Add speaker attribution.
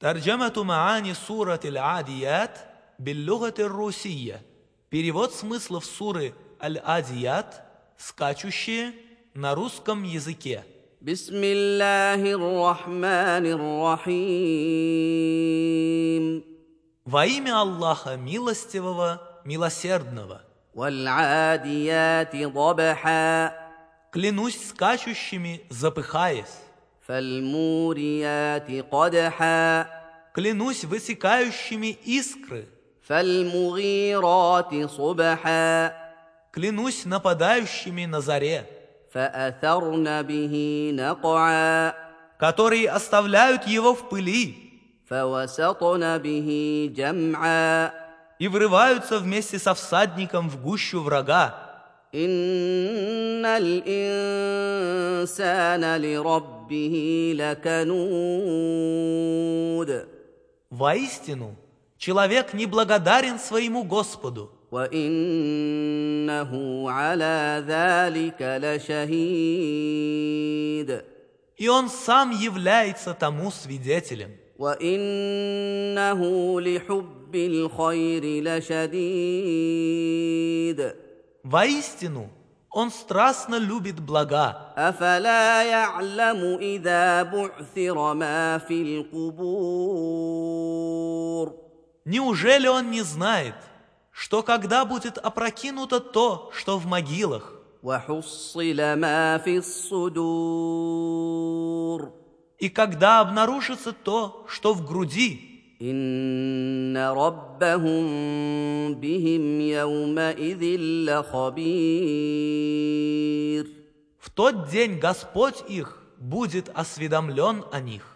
Speaker 1: Тарджама Маани Сурат Аль-Адият Биллюгат Русия. Перевод смыслов суры Аль-Адият «Скачущие» на русском языке.
Speaker 2: بسم الله الرحمن الرحيم
Speaker 1: Во имя Аллаха Милостивого, Милосердного.
Speaker 2: والعاديات ضبحا
Speaker 1: Клянусь скачущими, запыхаясь.
Speaker 2: فالموريات قدحا
Speaker 1: Клянусь высекающими искры.
Speaker 2: فالمغيرات صبحا
Speaker 1: Клянусь нападающими на заре,
Speaker 2: فأثرن به نقعا
Speaker 1: которые оставляют его в пыли
Speaker 2: فوسطن به جمعا
Speaker 1: и врываются вместе со всадником в гущу врага.
Speaker 2: إن الإنسان لربه لكنود
Speaker 1: Воистину, человек неблагодарен своему Господу,
Speaker 2: وإنه على ذلك لشهيد
Speaker 1: и он сам является тому свидетелем.
Speaker 2: وإنه لحب الخير لشديد
Speaker 1: Воистину, он страстно любит блага,
Speaker 2: أفلا يعلم إذا بعثر ما في القبور
Speaker 1: Неужели он не знает, что когда будет опрокинуто то, что в могилах,
Speaker 2: وحصل ما في الصدور
Speaker 1: и когда обнаружится то, что в груди,
Speaker 2: إن ربهم بهم يومئذ لخبير
Speaker 1: в тот день Господь их будет осведомлен о них.